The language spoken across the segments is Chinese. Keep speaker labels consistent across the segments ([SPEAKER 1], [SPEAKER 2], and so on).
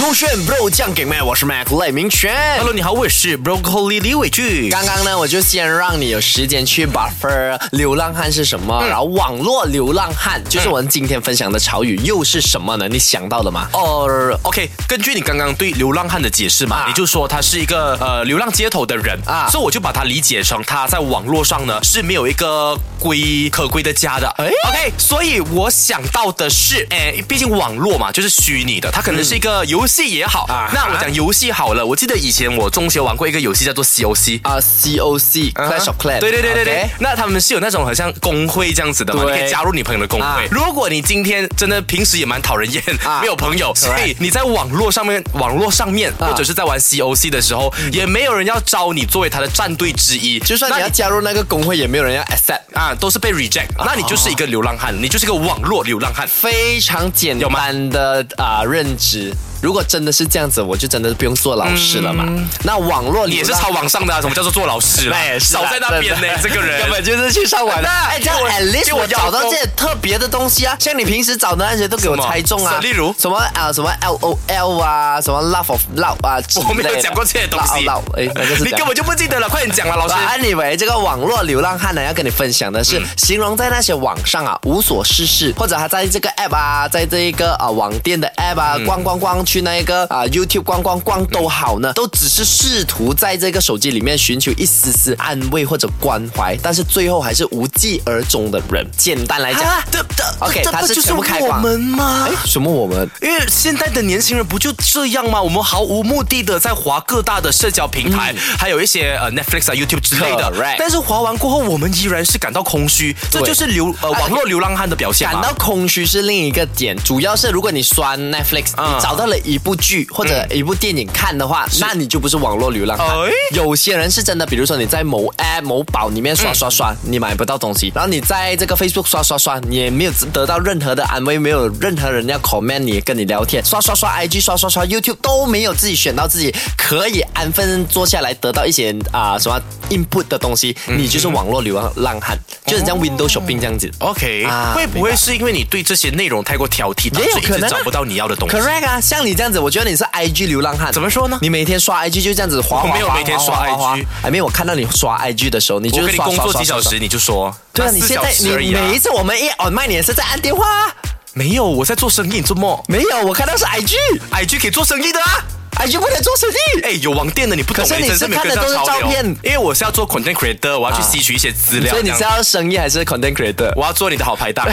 [SPEAKER 1] 勾选 bro 酱给麦，我是 Mac 赖明全。
[SPEAKER 2] Hello，你好，我是 Broccoli 李伟 俊。
[SPEAKER 1] 刚刚呢，我就先让你有时间去 buffer 流浪汉是什么，
[SPEAKER 2] 嗯
[SPEAKER 1] 然后网络流浪汉就是我们今天分享的潮语又是什么呢？你想到了吗？
[SPEAKER 2] 哦、o k 根据你刚刚对流浪汉的解释嘛，
[SPEAKER 1] 啊
[SPEAKER 2] 你就说他是一个呃流浪街头的人
[SPEAKER 1] 啊
[SPEAKER 2] 所以我就把他理解成他在网络上呢是没有一个归可归的家的。
[SPEAKER 1] 诶
[SPEAKER 2] OK，所以我想到的是，诶，毕竟网络嘛就是虚拟的，它可能是一个游戏也好。
[SPEAKER 1] 啊
[SPEAKER 2] 那我讲游戏好了，我记得以前我中学玩过一个游戏叫做 COC。
[SPEAKER 1] 啊、c O C Clash of Clans，
[SPEAKER 2] 对对对对对
[SPEAKER 1] OK
[SPEAKER 2] 那他们是有那种很像工会这样子的嘛，
[SPEAKER 1] 对
[SPEAKER 2] 你可以加入你朋友的工会。
[SPEAKER 1] 啊
[SPEAKER 2] 如果你今天真的平时也蛮讨人厌，
[SPEAKER 1] 啊
[SPEAKER 2] 没有朋友，所以你在网络上面，网络上面、
[SPEAKER 1] 啊嗯
[SPEAKER 2] 或者是在玩 COC 的时候，也没有人要招你作为他的战队之一，
[SPEAKER 1] 就算
[SPEAKER 2] 那
[SPEAKER 1] 你要加入那个工会，也没有人要 accept。
[SPEAKER 2] 啊，都是被 reject，、那你就是一个流浪汉，你就是一个网络流浪汉。
[SPEAKER 1] 非常简单的啊、认知，如果真的是这样子，我就真的不用做老师了嘛。那网络
[SPEAKER 2] 你
[SPEAKER 1] 流
[SPEAKER 2] 嗯也是
[SPEAKER 1] 浪
[SPEAKER 2] 抄网上的啊，什么叫做做老师 啦？
[SPEAKER 1] 哎是啦
[SPEAKER 2] 少在那边呢
[SPEAKER 1] 真，的
[SPEAKER 2] 这个 人
[SPEAKER 1] 根本就是去上网的。
[SPEAKER 2] 那
[SPEAKER 1] 哎，这样
[SPEAKER 2] 给我
[SPEAKER 1] at least
[SPEAKER 2] 给我
[SPEAKER 1] 我找到
[SPEAKER 2] 邀功
[SPEAKER 1] 这些特别的东西啊，像你平时找的那些都给我
[SPEAKER 2] 什么
[SPEAKER 1] 猜中啊。
[SPEAKER 2] 例如
[SPEAKER 1] 什么啊什么 L O L 啊，什么 Love of Love 啊之类的
[SPEAKER 2] 我没有讲过这些东西
[SPEAKER 1] Love of Love，哎，那 个是这
[SPEAKER 2] 你
[SPEAKER 1] 样
[SPEAKER 2] 根本就不记得了，快点讲了，老师。
[SPEAKER 1] 啊，anyway，这个网络流浪汉呢，要跟你分享的
[SPEAKER 2] 嗯
[SPEAKER 1] 是，形容在那些网上啊无所事事，或者他在这个 app 啊，在这一个啊网店的 app
[SPEAKER 2] 嗯
[SPEAKER 1] 啊，逛逛逛去那一个啊 YouTube 逛逛逛都好
[SPEAKER 2] 嗯
[SPEAKER 1] 呢，都只是试图在这个手机里面寻求一丝丝安慰或者关怀，但是最后还是无疾而终的人。简单来讲
[SPEAKER 2] 啊，这这
[SPEAKER 1] OK，
[SPEAKER 2] 这
[SPEAKER 1] 他
[SPEAKER 2] 不
[SPEAKER 1] 是
[SPEAKER 2] 就是
[SPEAKER 1] 全部开
[SPEAKER 2] 我
[SPEAKER 1] 放
[SPEAKER 2] 们吗
[SPEAKER 1] 哎？，什么我们？
[SPEAKER 2] 因为现在的年轻人不就这样吗？我们毫无目的的在划各大的社交平台，还有一些呃 Netflix 啊、YouTube 之类的。
[SPEAKER 1] 嗯 Correct
[SPEAKER 2] 但是划完过后，我们依然是感到空虚，这
[SPEAKER 1] 对
[SPEAKER 2] 就是流呃网络流浪汉的表现
[SPEAKER 1] 感
[SPEAKER 2] 嘛。
[SPEAKER 1] 到空虚是另一个点，主要是如果你刷 Netflix，、
[SPEAKER 2] 嗯
[SPEAKER 1] 你找到了一部剧或者一部电影看的话，那你就不是网络流浪汉。
[SPEAKER 2] 哎
[SPEAKER 1] 有些人是真的，比如说你在某 App、某宝里面刷刷
[SPEAKER 2] 嗯
[SPEAKER 1] 刷，你买不到东西，然后你在这个 Facebook 刷刷刷，你也没有得到任何的安慰，没有任何人要 comment 你跟你聊天，刷刷刷 IG 刷刷刷 YouTube 都没有自己选到自己可以安分坐下来得到一些啊、什么 input 的东西，你就是
[SPEAKER 2] 嗯
[SPEAKER 1] 网络流浪汉，就是
[SPEAKER 2] 哦
[SPEAKER 1] 像 window shopping 这样子。
[SPEAKER 2] OK，、
[SPEAKER 1] 啊
[SPEAKER 2] 会不会是因为你对这些内容太过挑剔，导
[SPEAKER 1] 也有
[SPEAKER 2] 致一
[SPEAKER 1] 可
[SPEAKER 2] 直
[SPEAKER 1] 能啊
[SPEAKER 2] 找不到你要的东西？
[SPEAKER 1] Correct 啊，像你这样子，我觉得你是 IG 流浪汉。
[SPEAKER 2] 怎么说呢
[SPEAKER 1] 你每天刷 IG 就这样子滑滑滑
[SPEAKER 2] 我
[SPEAKER 1] 哎
[SPEAKER 2] 没有每天刷 IG
[SPEAKER 1] 还没有我看到你刷 IG 的时候，你
[SPEAKER 2] 我
[SPEAKER 1] 就是
[SPEAKER 2] 跟你
[SPEAKER 1] 刷
[SPEAKER 2] 工
[SPEAKER 1] 刷
[SPEAKER 2] 作
[SPEAKER 1] 刷
[SPEAKER 2] 几
[SPEAKER 1] 刷
[SPEAKER 2] 小
[SPEAKER 1] 刷
[SPEAKER 2] 时，。你就说
[SPEAKER 1] 对啊，
[SPEAKER 2] 那
[SPEAKER 1] 你
[SPEAKER 2] 四
[SPEAKER 1] 现
[SPEAKER 2] 小
[SPEAKER 1] 在
[SPEAKER 2] 时而
[SPEAKER 1] 你
[SPEAKER 2] 已啊。
[SPEAKER 1] 每一次我们一 on 麦，你也是在按电话啊。
[SPEAKER 2] 没有，我在做生意，你做梦。
[SPEAKER 1] 没有，我看到是 IG，IG
[SPEAKER 2] IG 可以做生意的啊。
[SPEAKER 1] 不能做生意。
[SPEAKER 2] 哎，有网店的你不懂，
[SPEAKER 1] 可是
[SPEAKER 2] 哎
[SPEAKER 1] 你
[SPEAKER 2] 真
[SPEAKER 1] 是
[SPEAKER 2] 没有
[SPEAKER 1] 看
[SPEAKER 2] 跟
[SPEAKER 1] 的
[SPEAKER 2] 上
[SPEAKER 1] 都是
[SPEAKER 2] 潮
[SPEAKER 1] 照
[SPEAKER 2] 流
[SPEAKER 1] 片
[SPEAKER 2] 因为我是要做 content creator，我要去
[SPEAKER 1] 啊
[SPEAKER 2] 吸取一些资料。
[SPEAKER 1] 所以你是
[SPEAKER 2] 这样
[SPEAKER 1] 要生意还是 content creator？
[SPEAKER 2] 我要做你的好 拍档。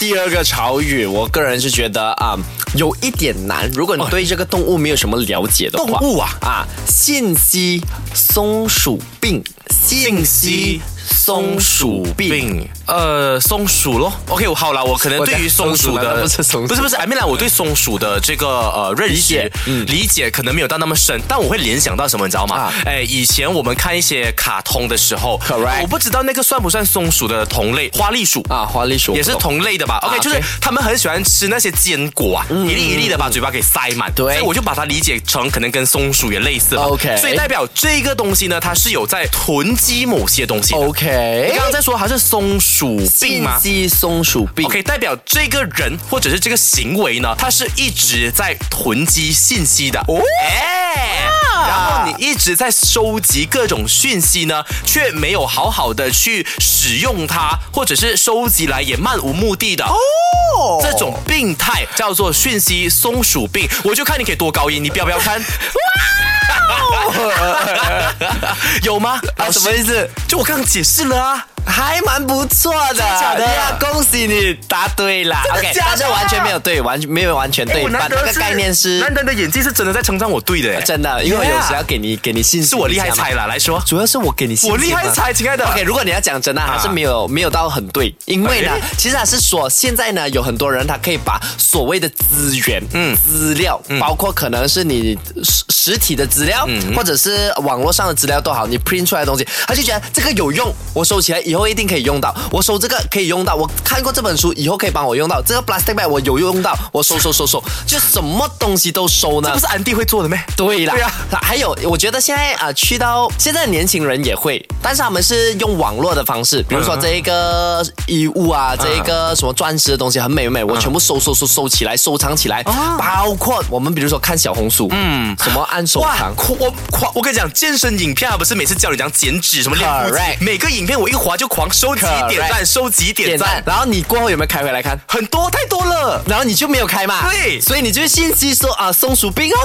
[SPEAKER 1] 第二个潮语，我个人是觉得啊、有一点难。如果你对这个动物没有什么了解的话，
[SPEAKER 2] 哦动物啊
[SPEAKER 1] 啊，信息松鼠病，信息松鼠病。，
[SPEAKER 2] 呃，松鼠咯。OK，我好了，我可能
[SPEAKER 1] 我
[SPEAKER 2] 对于
[SPEAKER 1] 讲
[SPEAKER 2] 松鼠
[SPEAKER 1] 松鼠难道
[SPEAKER 2] 的
[SPEAKER 1] 不是松鼠
[SPEAKER 2] 不是不是，I mean 啦我对松鼠的这个呃认识
[SPEAKER 1] 解嗯
[SPEAKER 2] 理解可能没有到那么深，但我会联想到什么，你知道吗
[SPEAKER 1] 啊？
[SPEAKER 2] 哎，以前我们看一些卡通的时候
[SPEAKER 1] Correct
[SPEAKER 2] 我不知道那个算不算松鼠的同类，花栗鼠
[SPEAKER 1] 啊，花栗鼠
[SPEAKER 2] 也是
[SPEAKER 1] 我不懂
[SPEAKER 2] 同类的吧？OK，
[SPEAKER 1] 啊
[SPEAKER 2] 就是
[SPEAKER 1] OK 嗯
[SPEAKER 2] 他们很喜欢吃那些坚果啊，一粒一粒的把嘴巴给塞满。
[SPEAKER 1] 对
[SPEAKER 2] 所以我就把它理解成可能跟松鼠也类似吧。
[SPEAKER 1] OK
[SPEAKER 2] 所以代表这个东西呢，它是有在囤积某些东西的。你
[SPEAKER 1] OK，
[SPEAKER 2] 刚刚在说它是松鼠病
[SPEAKER 1] 信
[SPEAKER 2] 吗？
[SPEAKER 1] 息松鼠病。
[SPEAKER 2] OK，代表这个人或者是这个行为呢，他是一直在囤积信息的。哦，哎，然后你一直在收集各种讯息呢，却没有好好的去使用它，或者是收集来也漫无目的的。哦。这种病态叫做讯息松鼠病，我就看你给多高音，你标不标看？ 有吗？
[SPEAKER 1] 啊，什么意思？
[SPEAKER 2] 就我刚刚解释了啊。
[SPEAKER 1] 还蛮不错的，
[SPEAKER 2] 假的
[SPEAKER 1] 对啊恭喜你答对啦。
[SPEAKER 2] 真的
[SPEAKER 1] OK，
[SPEAKER 2] 假
[SPEAKER 1] 但
[SPEAKER 2] 的
[SPEAKER 1] 是完全没有对，完全没有完全
[SPEAKER 2] 哎
[SPEAKER 1] 对，
[SPEAKER 2] 我
[SPEAKER 1] 把
[SPEAKER 2] 难
[SPEAKER 1] 那
[SPEAKER 2] 得
[SPEAKER 1] 个概念是啊
[SPEAKER 2] 难得的演技是真的在称赞我对的，哎
[SPEAKER 1] 真的，因为我
[SPEAKER 2] Yeah
[SPEAKER 1] 有时要给你给你信息，
[SPEAKER 2] 是我厉害猜啦，来说，
[SPEAKER 1] 主要是我给你信
[SPEAKER 2] 我
[SPEAKER 1] 心
[SPEAKER 2] 厉害
[SPEAKER 1] 嘛
[SPEAKER 2] 猜，亲爱的。
[SPEAKER 1] OK，如果你要讲真的，还是没有、没有到很对，因为呢
[SPEAKER 2] 哎，
[SPEAKER 1] 其实他啊是说现在呢，有很多人他可以把所谓的资源、资料，包括可能是你实实体的资料，或者是网络上的资料都好，你 print 出来的东西，他就觉得这个有用，我收起来以以后一定可以用到，我收这个可以用到，我看过这本书以后可以帮我用到，这个 plastic bag 我有用到，我收收收收，就什么东西都收呢
[SPEAKER 2] 这不？是安迪会做的咩？
[SPEAKER 1] 对啦，
[SPEAKER 2] 对啊
[SPEAKER 1] 那还有，我觉得现在啊、呃去到现在年轻人也会，但是他们是用网络的方式，比如说
[SPEAKER 2] 嗯
[SPEAKER 1] 这一个衣物啊，这一个什么钻石的东西很美很
[SPEAKER 2] 嗯
[SPEAKER 1] 美，我全部收收收收起来，收藏起来，
[SPEAKER 2] 哦
[SPEAKER 1] 包括我们比如说看小红书，嗯，什么按收
[SPEAKER 2] 哇
[SPEAKER 1] 藏，，
[SPEAKER 2] 我我我跟你讲，健身影片啊，不是每次教你讲减脂什么练腹
[SPEAKER 1] Correct
[SPEAKER 2] 肌，每个影片我一划就狂收集
[SPEAKER 1] Correct
[SPEAKER 3] 啊
[SPEAKER 2] 点赞，收集点
[SPEAKER 1] 点赞
[SPEAKER 2] 赞，，
[SPEAKER 1] 然后你过后有没有开回来看？
[SPEAKER 2] 很多太多了。
[SPEAKER 1] 然后你就没有开嘛，
[SPEAKER 2] 对
[SPEAKER 1] 所以你就信息收啊松鼠病哦，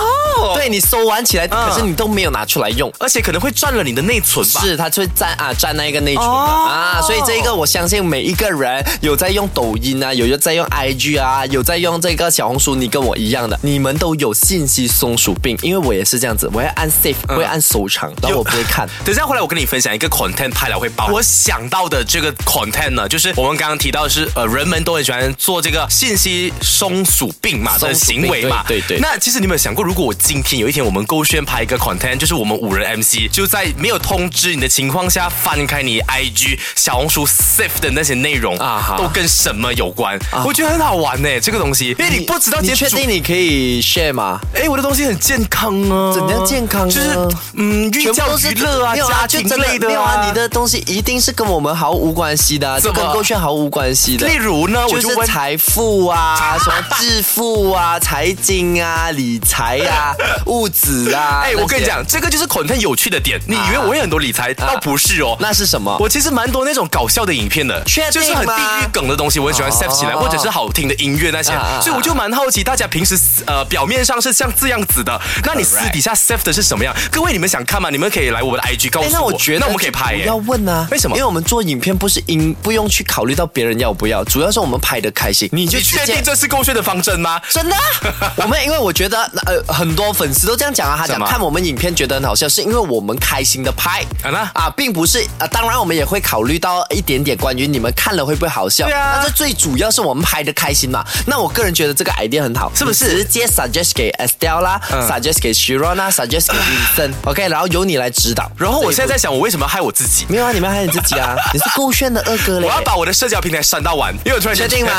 [SPEAKER 2] 哦
[SPEAKER 1] 对你收完起来，
[SPEAKER 2] 嗯
[SPEAKER 1] 可是你都没有拿出来用。
[SPEAKER 2] 而且可能会占了你的内存吧。
[SPEAKER 1] 是，它就会占啊占那一个内存嘛、
[SPEAKER 2] 哦
[SPEAKER 1] 啊，所以这一个我相信每一个人有在用抖音啊，有在用 IG 啊，有在用这个小红书，你跟我一样的，你们都有信息松鼠病，因为我也是这样子，我会按 save，、会
[SPEAKER 2] 嗯
[SPEAKER 1] 按收藏，然后我不会看。
[SPEAKER 2] 等一下，回来我跟你分享一个 content 拍了会爆。我想到的这个 content 呢，就是我们刚刚提到的是呃，人们都很喜欢做这个信息松鼠病嘛
[SPEAKER 1] 松
[SPEAKER 2] 的
[SPEAKER 1] 鼠病
[SPEAKER 2] 行为嘛。
[SPEAKER 1] 对对对
[SPEAKER 2] 那其实你有没有想过，如果我今天有一天我们勾选拍一个 content，就是我们五人 MC 就在没有通知你的情况下翻开你 IG、小红书 save 的那些内容
[SPEAKER 1] 啊
[SPEAKER 2] 啊
[SPEAKER 1] 哈，
[SPEAKER 2] 都跟什么有关？我觉得很好玩呢、这个东西，因哎为你不知道今
[SPEAKER 1] 你
[SPEAKER 2] 天
[SPEAKER 1] 确
[SPEAKER 2] 主
[SPEAKER 1] 定你可以 share 吗？
[SPEAKER 2] 哎，我的东西很健康啊，
[SPEAKER 1] 怎样健康呢
[SPEAKER 2] 就是嗯，寓
[SPEAKER 1] 全部
[SPEAKER 2] 教
[SPEAKER 1] 都
[SPEAKER 2] 于
[SPEAKER 1] 是
[SPEAKER 2] 乐啊，
[SPEAKER 1] 没有
[SPEAKER 2] 家
[SPEAKER 1] 就
[SPEAKER 2] 庭
[SPEAKER 1] 真
[SPEAKER 2] 类
[SPEAKER 1] 没
[SPEAKER 2] 的
[SPEAKER 1] 有啊，你的东西一定是跟我们毫无关系的啊、就
[SPEAKER 2] 怎么
[SPEAKER 1] 跟勾券毫无关系的。
[SPEAKER 2] 例如呢，我
[SPEAKER 1] 就
[SPEAKER 2] 就是问。
[SPEAKER 1] 财富 啊，什么致富啊，财经啊，理财 啊，物质啊。
[SPEAKER 2] 哎，我跟你
[SPEAKER 1] 那些，啊
[SPEAKER 2] 讲，这个就是 content 有趣的点。你以为我会很多理财，倒不是哦。
[SPEAKER 1] 那是什么？
[SPEAKER 2] 我其实蛮多那种搞笑的影片的，
[SPEAKER 1] 确定
[SPEAKER 2] 就是很地
[SPEAKER 1] 吗
[SPEAKER 2] 狱梗的东西，我很喜欢
[SPEAKER 1] 哦
[SPEAKER 2] save 起来，或者是好听的音乐那些
[SPEAKER 1] 啊啊啊，
[SPEAKER 2] 所以我就蛮好奇大家平时呃表面上是像这样子的，那你私底下 save 的是什么样？各位你们想看吗？你们可以来我的 IG 告
[SPEAKER 1] 哎，
[SPEAKER 2] 诉
[SPEAKER 1] 那
[SPEAKER 2] 我，
[SPEAKER 1] 我觉得
[SPEAKER 2] 那我们可以拍
[SPEAKER 1] 就
[SPEAKER 2] 耶
[SPEAKER 1] 不要。问啊，
[SPEAKER 2] 为什么
[SPEAKER 1] 因为我们做影片不是因不用去考虑到别人要不要，主要是我们拍的开心。你就
[SPEAKER 2] 你确
[SPEAKER 1] 直接
[SPEAKER 2] 定这是勾选的方针吗？
[SPEAKER 1] 真的 啊，我们因为我觉得呃很多粉丝都这样讲啊，他讲
[SPEAKER 2] 什么
[SPEAKER 1] 看我们影片觉得很好笑，是因为我们开心的拍
[SPEAKER 2] 啊那
[SPEAKER 1] 啊，并不是啊，当然我们也会考虑到一点点关于你们看了会不会好笑，
[SPEAKER 2] 对啊
[SPEAKER 1] 但是最主要是我们拍的开心嘛。那我个人觉得这个 idea 很好，
[SPEAKER 2] 是不是嗯
[SPEAKER 1] 你直接 suggest 给 Estelle 啦、s u g g e s t 给 Shiron 啦，suggest 给 Vincent，OK，、然后由你来指导。
[SPEAKER 2] 然后我现
[SPEAKER 1] 这一
[SPEAKER 2] 在
[SPEAKER 1] 步
[SPEAKER 2] 在想，我为什么要害我自己？
[SPEAKER 1] 没有啊，你们还有你自己 啊，你是够炫的二哥嘞
[SPEAKER 2] 我。要把我的社交平台删到完，因为我突然
[SPEAKER 1] 确
[SPEAKER 2] 间
[SPEAKER 1] 定吗？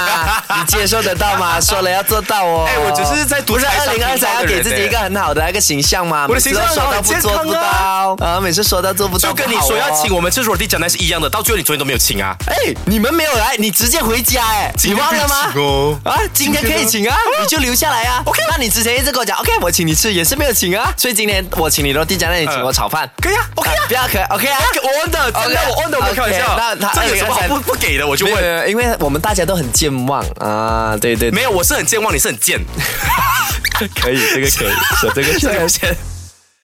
[SPEAKER 1] 你接受得到吗？说了要做到哦。
[SPEAKER 2] 哎我只是在独
[SPEAKER 1] 不是
[SPEAKER 2] 裁
[SPEAKER 1] 二
[SPEAKER 2] 上
[SPEAKER 1] 零二三要给自己一个很好的一个形象嘛。
[SPEAKER 2] 我的形象
[SPEAKER 1] 每次都说到不做不到啊，每次说到做不到，
[SPEAKER 2] 就跟你说要请
[SPEAKER 1] 我。
[SPEAKER 2] 我们吃裸地讲那是一样的，到最后你昨天都没有请啊。
[SPEAKER 1] 哎，你们没有来，你直接回家哎，你
[SPEAKER 2] 今天
[SPEAKER 1] 忘了吗
[SPEAKER 2] 可以请哦？
[SPEAKER 1] 啊，今天可以请啊，你就留下来啊。OK，那你之前一直跟我讲 OK，我请你吃也是没有请啊，所以今天我请你落地家，那你请我炒 饭，
[SPEAKER 2] 可以啊，OK 啊
[SPEAKER 1] 不要可 OK 啊。
[SPEAKER 2] 我 on 的，真的
[SPEAKER 1] OK，
[SPEAKER 2] 我 on 的，我没有开玩
[SPEAKER 1] OK，那
[SPEAKER 2] 笑。
[SPEAKER 1] 他
[SPEAKER 2] 这个有什么好
[SPEAKER 1] 那你
[SPEAKER 2] 不
[SPEAKER 1] 刚才
[SPEAKER 2] 不给的？我就
[SPEAKER 1] 没有没
[SPEAKER 2] 问。
[SPEAKER 1] 有，因为我们大家都很健忘啊，对对对。
[SPEAKER 2] 没有，我是很健忘，你是很贱。
[SPEAKER 1] 可以，这个可以，这个
[SPEAKER 2] 这个先。